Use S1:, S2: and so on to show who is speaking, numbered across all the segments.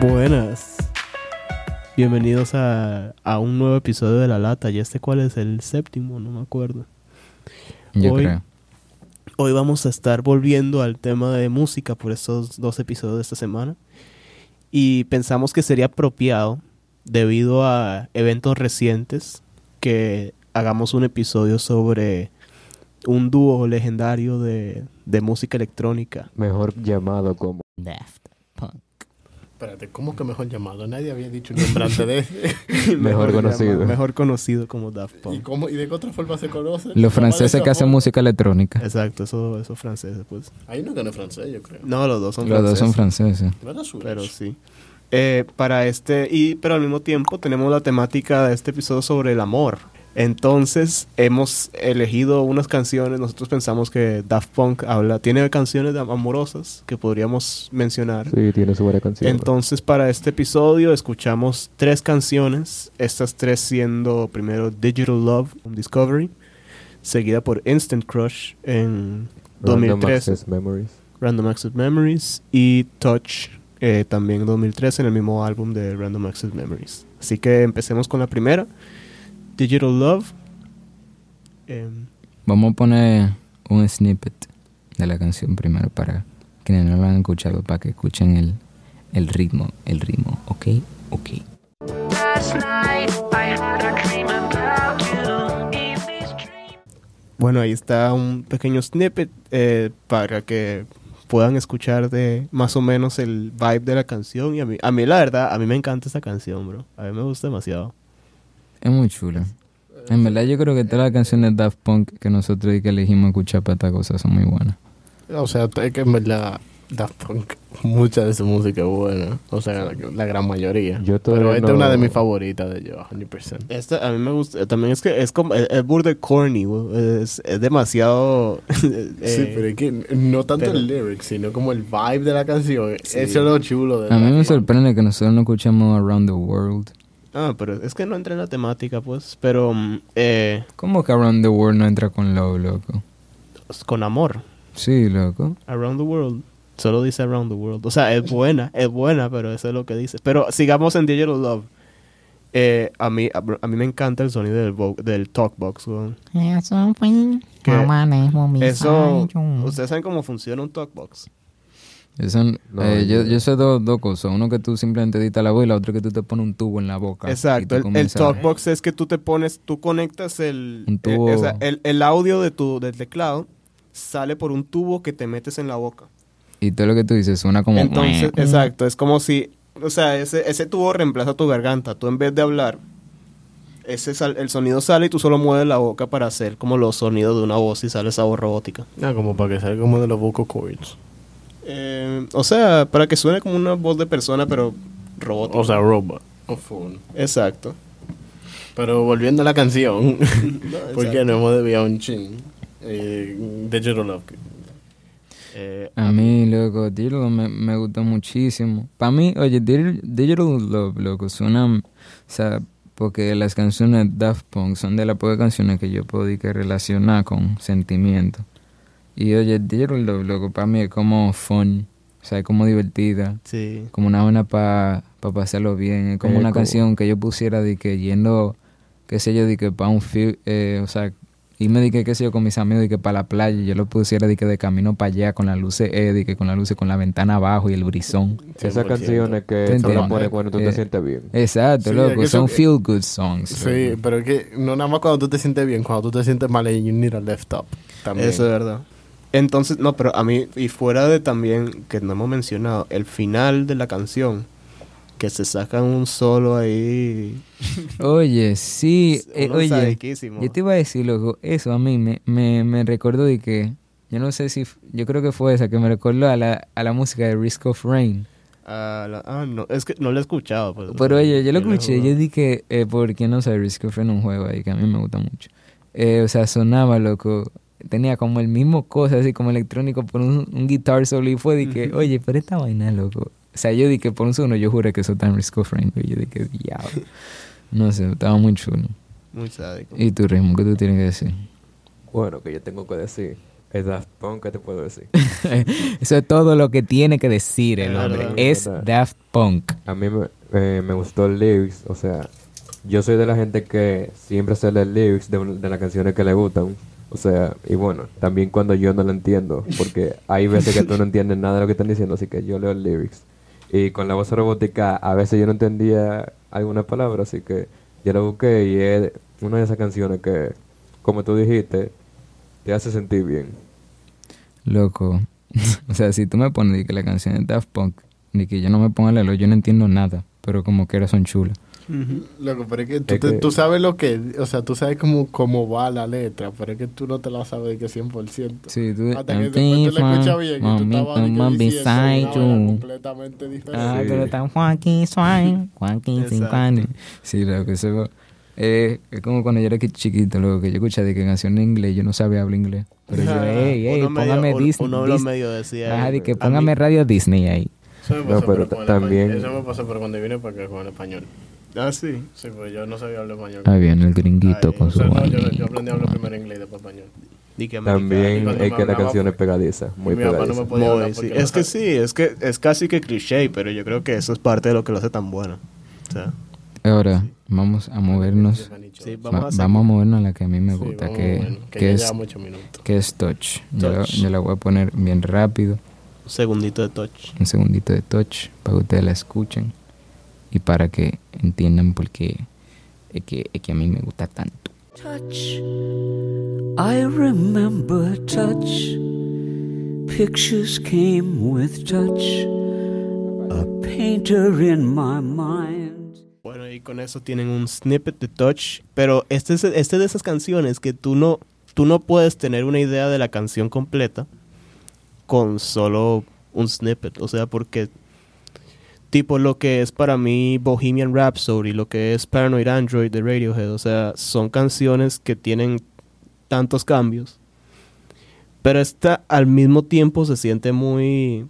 S1: Buenas. Bienvenidos a, a un nuevo episodio de La Lata. ¿Y este cuál es? El séptimo, no me acuerdo.
S2: Yo
S1: Hoy-
S2: creo.
S1: Hoy vamos a estar volviendo al tema de música por estos dos episodios de esta semana. Y pensamos que sería apropiado, debido a eventos recientes, que hagamos un episodio sobre un dúo legendario de, de música electrónica.
S3: Mejor llamado como.
S2: Daft Punk.
S4: Espérate, ¿cómo que mejor llamado? Nadie había dicho un nombrante de
S3: Mejor conocido.
S1: llama- mejor conocido como Daft
S4: ¿Y,
S1: Punk.
S4: cómo, ¿Y de qué otra forma se conoce?
S2: Los franceses que hacen música electrónica.
S1: Exacto, eso, eso franceses, pues.
S4: Ahí no es francés, yo creo.
S1: No, los dos son
S2: Los dos
S1: franceses.
S2: son franceses.
S4: No era suyo.
S1: Pero sí. Eh, para este, y pero al mismo tiempo tenemos la temática de este episodio sobre el amor. Entonces hemos elegido unas canciones, nosotros pensamos que Daft Punk habla, tiene canciones de- amorosas que podríamos mencionar.
S3: Sí, tiene su buena canción.
S1: Entonces para este episodio escuchamos tres canciones, estas tres siendo primero Digital Love, on Discovery, seguida por Instant Crush en
S3: Random
S1: 2013.
S3: Access Memories.
S1: Random Access Memories y Touch eh, también 2003 en el mismo álbum de Random Access Memories. Así que empecemos con la primera, Digital Love. Em,
S2: Vamos a poner un snippet de la canción primero para quienes no la han escuchado, para que escuchen el, el ritmo, el ritmo, ¿ok? Ok.
S5: Last night I had a dream about you. In this dream.
S1: bueno, ahí está un pequeño snippet eh, para que puedan escuchar de más o menos el vibe de la canción. Y a mí, a mí la verdad, a mí me encanta esta canción, bro. A mí me gusta demasiado.
S2: Es muy chulo. En verdad yo creo que todas las canciones de Daft Punk que nosotros y que elegimos escuchar para esta cosa son muy buenas.
S4: O sea, es que en verdad Daft Punk, mucha de su música es buena. O sea, la, la gran mayoría.
S3: Yo todavía
S4: Pero esta
S3: no-
S4: es una de mis favoritas de yo, 100%.
S1: Esta a mí me gusta, también es que es como, es, es burda de corny, güey. es, es demasiado...
S4: sí,
S1: eh,
S4: pero es que no tanto
S1: pero-
S4: el lyric, sino como el vibe de la canción.
S1: Sí.
S4: Eso es lo chulo de
S2: A mí me
S4: Daft Punk.
S2: sorprende que nosotros no escuchamos Around the World.
S1: Ah, pero es que no entra en la temática, pues. Pero mm, eh,
S2: ¿Cómo que Around the World no entra con Love, loco?
S1: es con amor.
S2: Sí, loco.
S1: Around the world. Solo dice around the world. O sea, es buena, es buena, pero eso es lo que dice. Pero sigamos en Digital Love. Eh, a, mí, a, a mí me encanta el sonido del, vo- del talkbox, weón.
S6: Eso fue
S1: Que
S6: amanejo mi
S1: Eso,
S6: sancho.
S1: ustedes saben cómo funciona un talkbox.
S2: Eso,
S3: No,
S2: eh,
S3: yo-
S2: yo, yo sé dos dos cosas. Uno que tú simplemente editas la voz y la otra que tú te pones un tubo en la boca.
S1: Exacto,
S2: Ah, Y tú
S1: el, el
S2: comienzas-
S1: talkbox es que tú te pones, tú conectas el,
S2: Un tubo.
S1: eh, o sea, el, el audio de tu, del teclado, sale por un tubo que te metes en la boca.
S2: Y todo lo que tú dices suena como...
S1: Entonces,
S2: "Mua".
S1: exacto, es como si, o sea, ese, ese tubo reemplaza tu garganta. Tú en vez de hablar, ese sal- el sonido sale y tú solo mueves la boca para hacer como los sonidos de una voz y sale esa voz robótica.
S4: Ah, como para que salga como de los vocal cords.
S1: Eh, o sea, para que suene como una voz de persona, pero robótica.
S4: O sea, robot. O phone.
S1: exacto.
S4: Pero volviendo a la canción, porque
S1: exacto.
S4: no hemos desviado un ching eh, de Jero Love.
S1: Eh,
S2: A mí, loco, Digital Love me, me gustó muchísimo. Para mí, oye, Digi- Digital Love, loco, suena... O sea, porque las canciones Daft Punk son de las pocas canciones que yo puedo y que relacionar con sentimiento. Y oye, Digital Love, loco, para mí es como fun. O sea, es como divertida.
S1: sí.
S2: como una buena para pasarlo bien. Es como
S3: Eh,
S2: una
S3: como-
S2: canción que yo pusiera de que yendo, qué sé yo, de que para un fi- eh, o sea, irme de que qué sé yo con mis amigos de que para la playa, yo lo pusiera de que de camino para allá con las luces, eh, de que con las luces con la ventana abajo y el brisón.
S3: Esas canciones que
S2: Te
S3: solo las
S2: entiendo.
S3: pones cuando tú
S2: Eh,
S3: te sientes bien.
S2: Exacto,
S4: Sí, es
S2: loco,
S4: que
S2: son
S4: son-
S2: feel good songs.
S4: Sí,
S2: loco.
S4: pero es que no nada más cuando tú te sientes bien, cuando tú te sientes mal, you need a left up. También.
S1: Eso es verdad. Entonces, no, pero a mí, y fuera de también, que no hemos mencionado, el final de la canción, que se sacan un solo ahí.
S2: Oye, sí, eh,
S1: uno
S2: oye,
S1: sadiquísimo.
S2: Yo te iba a decir, loco, eso a mí me, me, me recordó de que, yo no sé si, f- yo creo que fue esa que me recordó a la, a la música de Risk of Rain.
S1: Ah, la- ah, no, es que no lo he escuchado. pues,
S2: Pero
S1: o sea,
S2: oye, yo lo
S1: no he
S2: escuché, yo
S1: jugado.
S2: dije, eh, porque no sé, Risk of Rain es un juego ahí que a mí me gusta mucho. Eh, o sea, sonaba, loco, tenía como el mismo cosa, así como electrónico, por un, un guitar solo y fue de que, oye, pero esta vaina, loco. O sea, yo dije, por un segundo, yo juré que eso está en Risk of Rain, pero yo dije, diablo. No sé, estaba muy chulo.
S1: Muy sádico.
S2: ¿Y tú, Remo, qué tú tienes que decir?
S3: Bueno, que yo tengo que decir Es Daft Punk, ¿qué te puedo decir?
S2: Eso es todo lo que tiene que decir el
S1: Es
S2: hombre.
S1: verdad.
S2: Es
S3: Verdad.
S2: Daft Punk.
S3: A mí me, eh, me gustó el lyrics, o sea, yo soy de la gente que siempre se lee lyrics de, un- de las canciones que le gustan. O sea, y bueno, también cuando yo no lo entiendo, porque hay veces que tú no entiendes nada de lo que están diciendo, así que yo leo el lyrics. Y con la voz robótica, a veces yo no entendía alguna palabra, así que yo la busqué y es una de esas canciones que, como tú dijiste, te hace sentir bien.
S2: Loco. o sea, si tú me pones di que la canción es Daft Punk, ni que yo no me ponga la luz, yo no entiendo nada. Pero como quiera son chulas.
S4: Loco, pero es que tú,
S3: Es
S4: te-
S3: que-
S4: tú sabes lo que. O sea, tú sabes cómo, cómo va la letra, pero es que tú no te la sabes de que 100%.
S2: Sí, tú...
S4: Hasta que después tú la escuchas bien y tú estabas de que
S2: Mami,
S4: diciendo una
S2: beside
S4: vaina
S2: you.
S4: completamente
S2: Ah,
S4: diferente.
S3: Sí.
S2: pero tan Joaquín Swain, Joaquín
S1: Exacto.
S2: Cincuani. Sí, loco, eso va- eh, es como cuando yo era que chiquito, loco, que yo escuchaba de que canción en inglés, yo no sabía hablar inglés. Pero yo, ey, ey,
S1: Uno medio-
S2: póngame
S1: uno-
S2: Disney.
S1: Uno lo
S2: Dis-
S1: medio decía. pues.
S2: Ajá, de que
S1: a mí-
S2: póngame Radio Disney ahí.
S4: Eso me
S3: No,
S4: pasó,
S3: pero
S4: con el
S3: también-
S4: español. Eso me pasó, pero cuando vine para acá con el español.
S1: Ah, sí.
S4: Sí, pues yo no sabía hablar español.
S2: Ah, bien, el gringuito
S4: Ay,
S2: con
S4: o
S2: su
S4: sea, no, yo,
S2: vaina.
S4: yo aprendí a hablar primero inglés y después español.
S1: Di que americano.
S3: También
S4: cuando
S3: es
S4: me
S3: que la
S4: hablaba,
S3: canción es pegadiza, muy
S4: mi papá no me
S3: pegadiza.
S4: podía hablar
S1: Muy, sí.
S4: porque
S1: Es
S4: no
S1: que sí,
S4: sabía.
S1: es que es casi que cliché, pero yo creo que eso es parte de lo que lo hace tan bueno. O sea,
S2: Ahora, vamos a movernos.
S1: sí,
S2: Va-
S1: vamos a
S2: Vamos,
S1: hacer-
S2: a movernos a la que a mí me
S4: Sí,
S2: gusta,
S4: vamos,
S2: que,
S4: bueno,
S2: que
S4: ya
S2: es,
S4: lleva muchos minutos.
S2: que es touch. Yo la-
S1: Touch.
S2: yo la voy a poner bien rápido.
S1: un segundito de touch.
S2: un segundito de touch para que ustedes la escuchen y para que entiendan por qué es que, es que a mí me gusta tanto.
S7: Touch. I remember touch. Pictures came with touch. A painter in my mind.
S1: Bueno, y con eso tienen un snippet de touch, pero este es, este es de esas canciones que tú no tú no puedes tener una idea de la canción completa con solo un snippet, o sea, porque tipo lo que es para mí Bohemian Rhapsody, lo que es Paranoid Android de Radiohead, o sea, son canciones que tienen tantos cambios. Pero esta al mismo tiempo se siente muy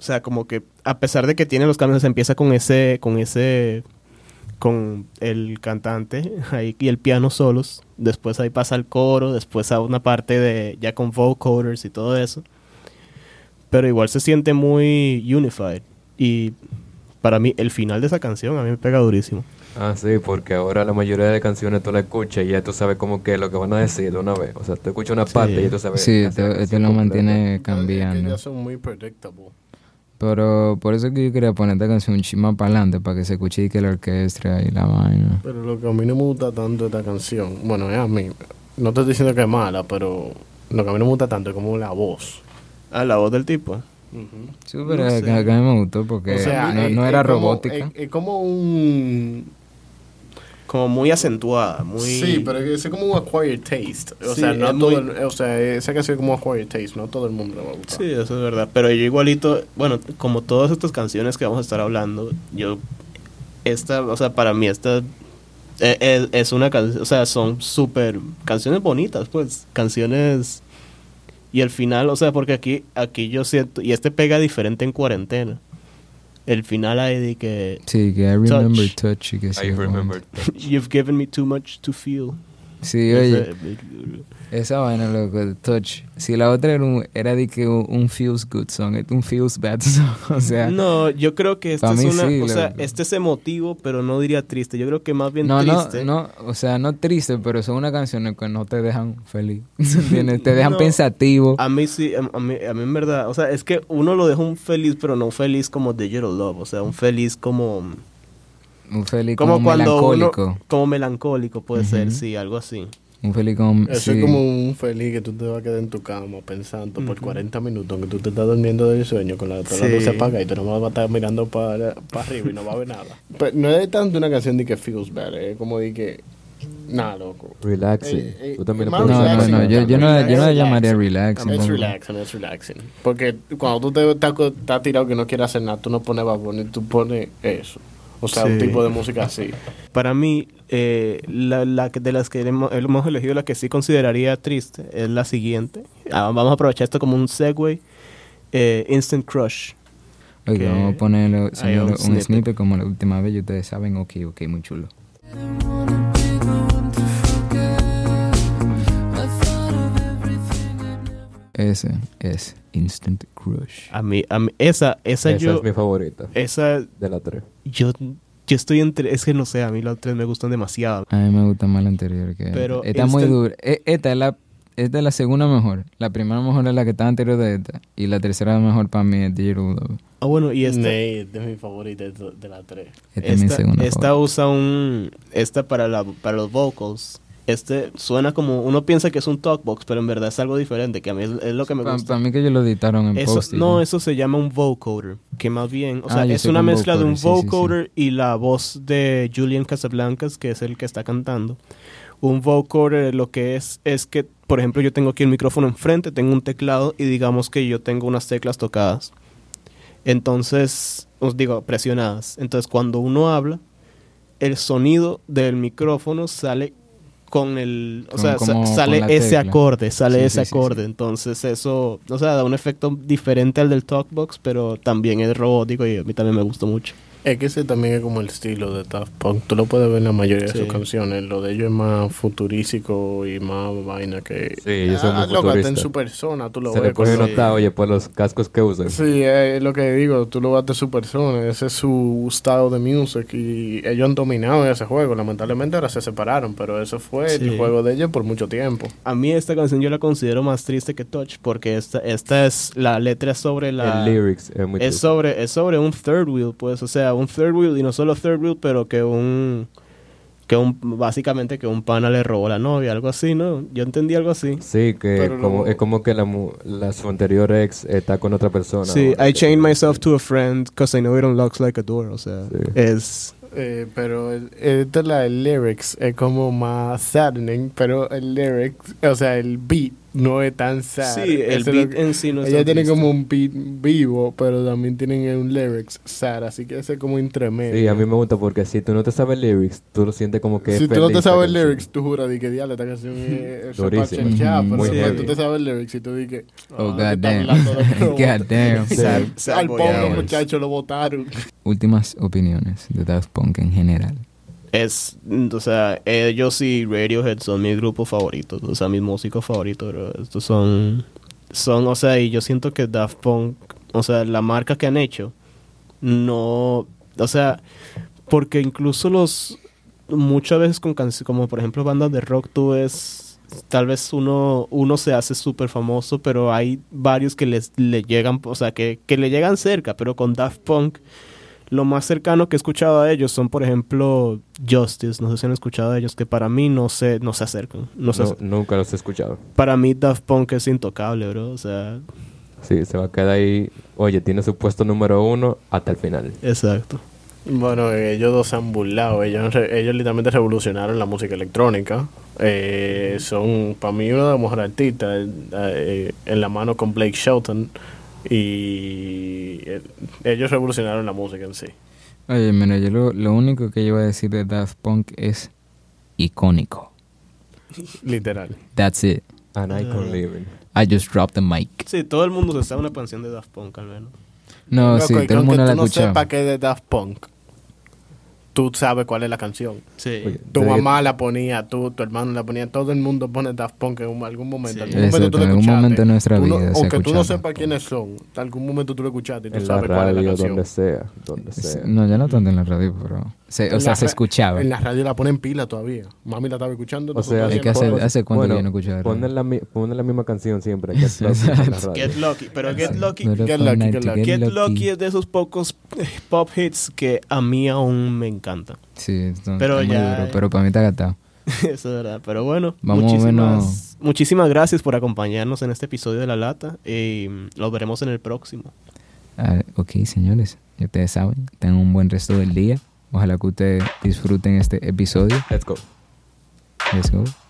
S1: o sea, como que a pesar de que tiene los cambios, se empieza con ese, con ese, con el cantante ahí y el piano solos. Después ahí pasa al coro, después a una parte de ya con vocoders y todo eso. Pero igual se siente muy unified. Y para mí, el final de esa canción a mí me pega durísimo.
S3: Ah, sí, porque ahora la mayoría de canciones tú la escuchas y ya tú sabes como que lo que van a decir de una vez. O sea, tú escuchas una parte y ya tú sabes.
S2: Sí,
S3: o sea,
S2: esto,
S3: la
S2: esto
S3: canción
S2: lo
S3: completa.
S2: mantiene
S4: Es que
S2: cambiando.
S4: ya son muy predictable.
S2: Pero por eso es que yo quería poner esta canción un chima para adelante, para que se escuche y que la orquesta y la vaina.
S4: Pero lo que a mí no me gusta tanto de esta canción, bueno, es a mí. No te estoy diciendo que es mala, pero lo que a mí no me gusta tanto es como la voz.
S1: Ah, la voz del tipo.
S2: Sí, pero
S1: No
S2: es que
S1: sé.
S2: a mí me gustó porque
S4: O sea,
S2: no,
S4: es-
S2: no
S4: es
S2: era
S4: como- eh,
S2: robótica.
S4: Es, es como un.
S1: Como muy acentuada, muy...
S4: Sí, pero es es como un acquired taste. O
S1: Sí,
S4: sea, no
S1: es
S4: todo
S1: muy-
S4: el- o sea, esa canción es como acquired taste, no todo el mundo le va a gustar.
S1: Sí, eso es verdad. Pero yo igualito, bueno, como todas estas canciones que vamos a estar hablando, yo, esta, o sea, para mí esta eh, es, es una canción, o sea, son súper canciones bonitas, pues, canciones... Y el final, o sea, porque aquí, aquí yo siento, y este pega diferente en cuarentena. El final ahí de que...
S2: Sí, que I remember touch, y que sí.
S3: I remember.
S1: You've given me too much to feel.
S2: Sí, oye, esa vaina, loco, touch. Si la otra era, un, era de que un, un feels good song, es un feels bad song. O sea,
S1: No, yo creo que esta
S2: Pa'
S1: es
S2: mí
S1: una,
S2: sí,
S1: o sea,
S2: loco.
S1: este es emotivo, pero no diría triste. Yo creo que más bien
S2: no,
S1: triste.
S2: No, no, o sea, no triste, pero son unas canciones que no te dejan feliz. ¿Entiendes? Te dejan
S1: No. Ah,
S2: pensativo.
S1: A mí sí, a, a mí, a mí en verdad, o sea, es que uno lo deja un feliz, pero no un feliz como Digital Love, o sea, un feliz como
S2: Un feliz como,
S1: como, cuando uno-
S2: melancólico.
S1: como melancólico puede ser,
S2: Ujú.
S1: sí, algo así.
S2: Un feliz como.
S4: Eso
S2: sí.
S4: es como un feliz que tú te vas a quedar en tu cama pensando por 40 minutos que tú te estás durmiendo del sueño con la, toda la
S1: Sí.
S4: luz apagada y tú no vas a estar mirando para, para arriba y no va a ver nada. Pero Pues, no es tanto una canción de que feels better, es como de que. Nada, loco.
S3: Relaxing.
S4: Eh, eh,
S3: tú también
S4: más
S2: No, no, no, yo, yo no, la- yo no la
S4: Relax.
S2: llamaría relax.
S4: Es relaxing, es relaxing. Porque cuando tú te estás, co- estás tirado que no quieres hacer nada, tú no pones babón, tú pones eso. O sea, un
S1: Sí.
S4: tipo de música así.
S1: Para mí, eh, la, la que- de las que hemos, hemos elegido, la que sí consideraría triste, es la siguiente. Ah, vamos a aprovechar esto como un segue. Eh, Instant Crush.
S2: Oiga,
S1: que-
S2: vamos a ponerlo,
S1: Hay un
S2: señor, un
S1: snippet.
S2: snippet como la última vez y ustedes saben, ok, ok, muy chulo.
S8: I thought of everything
S2: ese es Instant Crush.
S1: A mí, a mí- esa, esa,
S3: Esa
S1: yo,
S3: es mi favorita
S1: esa,
S3: de la 3.
S1: yo, yo estoy entre, es que no sé, a mí las tres me gustan demasiado.
S2: A mí me gusta más la anterior que esta.
S1: Pero
S2: esta. es muy
S1: Instant-
S2: dura. E- Esta es la, esta es la segunda mejor. La primera mejor es la que está anterior de esta. Y la tercera mejor para mí es Digital Love.
S1: Ah, bueno, y esta,
S4: Ney, esta es mi favorita de, de la 3.
S2: Esta, es mi
S1: esta,
S2: segunda
S1: esta
S2: favorita.
S1: usa un, esta para, la, para los vocals. Este suena como, uno piensa que es un talkbox, pero en verdad es algo diferente, que a mí es, es lo que me
S2: Pa-
S1: gusta.
S2: Para mí que ellos lo editaron en
S1: Eso,
S2: post
S1: no, eso se llama un vocoder, que más bien, o
S2: Ah,
S1: sea,
S2: yo
S1: es
S2: sé
S1: una
S2: que un
S1: mezcla de un
S2: vocoder, sí, sí, sí.
S1: vocoder y la voz de Julian Casablancas, que es el que está cantando. Un vocoder lo que es es que, por ejemplo, yo tengo aquí el micrófono enfrente, tengo un teclado y digamos que yo tengo unas teclas tocadas. Entonces, os digo, presionadas. Entonces, cuando uno habla, el sonido del micrófono sale con el, o
S2: Con-
S1: sea, sa-
S2: como con
S1: sale
S2: la
S1: ese
S2: tecla.
S1: acorde, sale
S2: Sí, sí,
S1: ese
S2: sí,
S1: acorde.
S2: sí.
S1: Entonces eso, o sea, da un efecto diferente al del Talkbox, pero también es robótico y a mí también me gustó mucho.
S4: Es que ese también es como el estilo de Daft Punk. Tú lo puedes ver en la mayoría
S1: Sí.
S4: de sus canciones. Lo de ellos es más futurístico y más vaina que.
S3: Sí, ellos son muy
S4: Ah, loco, hasta en
S3: futuristas.
S4: su persona, tú lo
S3: Se
S4: ves.
S3: le coge
S4: cuando-
S3: nota, oye, por los cascos que usan.
S4: Sí, es lo que digo, tú lo vas de su persona, ese es su estado de music y ellos han dominado en ese juego, lamentablemente ahora se separaron, pero eso fue
S1: Sí.
S4: el juego de ellos por mucho tiempo.
S1: A mí esta canción yo la considero más triste que Touch porque esta esta es la letra es sobre la
S3: El lyrics es muy
S1: es sobre es sobre un third wheel, pues, o sea, un third wheel y no solo third wheel, pero que un que un básicamente que un pana le robó a la novia, algo así, ¿no? Yo entendí algo así.
S3: Sí, que
S4: Pero
S3: como,
S4: luego-
S3: es como que la, mu- la- su anterior ex está con otra persona.
S1: Sí,
S3: ahora,
S1: I
S3: que-
S1: chained myself to a friend because I know it unlocks like a door, o sea,
S3: Sí.
S1: es
S4: Eh, pero el- esta es la de lyrics, es como más saddening, pero el lyrics, o sea, el beat no es tan sad.
S1: Sí, el
S4: Eso es lo
S1: beat
S4: que-
S1: en sí no es
S4: Ella
S1: tan
S4: tiene
S1: triste.
S4: como un beat vivo, pero también tienen un lyrics sad, así que ese es como intermedio.
S3: Sí, a mí me gusta porque si tú no te sabes lyrics, tú lo sientes como que es
S4: si tú no
S3: feliz
S4: te
S3: la
S4: sabes
S3: canción.
S4: lyrics, tú juras de que diablo, esta canción es
S3: Durísimo.
S4: el ya,
S2: Ujú,
S4: pero
S3: muy
S4: después
S1: heavy.
S4: tú te sabes lyrics y tú dices,
S2: Oh,
S4: "Ah,
S2: god
S4: está
S2: damn.
S4: hablando de otro
S2: god damn.
S3: Sí.
S1: Sad- sad
S4: Al
S1: boy
S4: pobre
S1: hours.
S4: muchacho lo votaron.
S2: Últimas opiniones de Daft Punk en general.
S1: Es, mm, o sea, ellos y Radiohead son mis grupos favoritos, o sea, mis músicos favoritos, pero estos son, son, o sea, y yo siento que Daft Punk, o sea, la marca que han hecho, no, o sea, porque incluso los, muchas veces con canciones, como por ejemplo bandas de rock, tú ves, tal vez uno, uno se hace súper famoso, pero hay varios que les, le llegan, o sea, que, que le llegan cerca, pero con Daft Punk, lo más cercano que he escuchado a ellos son, por ejemplo, Justice. No sé si han escuchado a ellos, que para mí no se, no se acercan. No se
S3: No,
S1: ac-
S3: nunca los he escuchado.
S1: Para mí Daft Punk es intocable, bro. O sea,
S3: Sí, se va a quedar ahí. Oye, tiene su puesto número uno hasta el final.
S1: exacto.
S4: Bueno, ellos dos se han burlado. Ellos, re- ellos literalmente revolucionaron la música electrónica. Eh, son, para mí, uno de los mejores artistas. eh, en la mano con Blake Shelton. Y eh, ellos revolucionaron la música en sí.
S2: Oye, mira, yo lo, lo único que yo iba a decir de Daft Punk es icónico.
S4: Literal.
S2: That's it.
S3: An icon living.
S2: I just dropped the mic.
S1: Sí, todo el mundo se sabe una canción de Daft Punk, al menos.
S2: No,
S4: Loco,
S2: sí,
S4: y
S2: todo el
S4: aunque
S2: mundo la
S4: tú no
S2: escuchaba.
S4: sepas que es de Daft Punk, tú sabes cuál es la canción.
S1: Sí.
S3: Oye,
S4: Tu
S3: de-
S4: mamá la ponía, tú, tu hermano la ponía, todo el mundo pone Daft Punk en un- algún momento.
S1: Sí.
S4: algún momento
S2: Exacto,
S4: tú lo
S2: en algún
S4: escuchaste.
S2: momento de nuestra
S4: Tú no-
S2: vida se ha
S4: Aunque tú no
S2: escuchado
S4: sepas quiénes son, algún momento tú lo escuchaste y tú
S3: En la
S4: sabes cuál es la
S3: radio,
S4: canción.
S3: donde sea. Donde sea.
S2: No, ya no tanto en la radio, pero... se- o
S4: En
S2: sea,
S4: la
S2: se
S4: ra-
S2: escuchaba.
S4: En la radio la ponen pila todavía. Mami la estaba escuchando.
S3: O sea,
S2: Es que hace,
S3: Bueno,
S2: hace cuánto
S3: bueno,
S2: yo no escuchaba radio.
S3: Ponen la, mi- ponen la misma canción siempre. que es la- en la radio.
S1: Get Lucky. Pero Get
S2: Sí.
S1: Lucky...
S2: Not a
S4: Get
S2: fun
S4: Lucky,
S2: night
S4: Get
S2: to
S4: Lucky.
S1: Get Lucky es de esos pocos eh, pop hits que a mí aún me encantan.
S2: Sí, no,
S1: Pero
S2: está muy
S1: ya-
S2: duro, pero para mí está gatado.
S1: Eso es verdad, pero bueno,
S2: Vamos a
S1: muchísimas, muchísimas gracias por acompañarnos en este episodio de La Lata y lo veremos en el próximo.
S2: Ah, ok, señores, ya ustedes saben, tengan un buen resto del día. Ojalá que ustedes disfruten este episodio.
S3: Let's go.
S2: Let's go.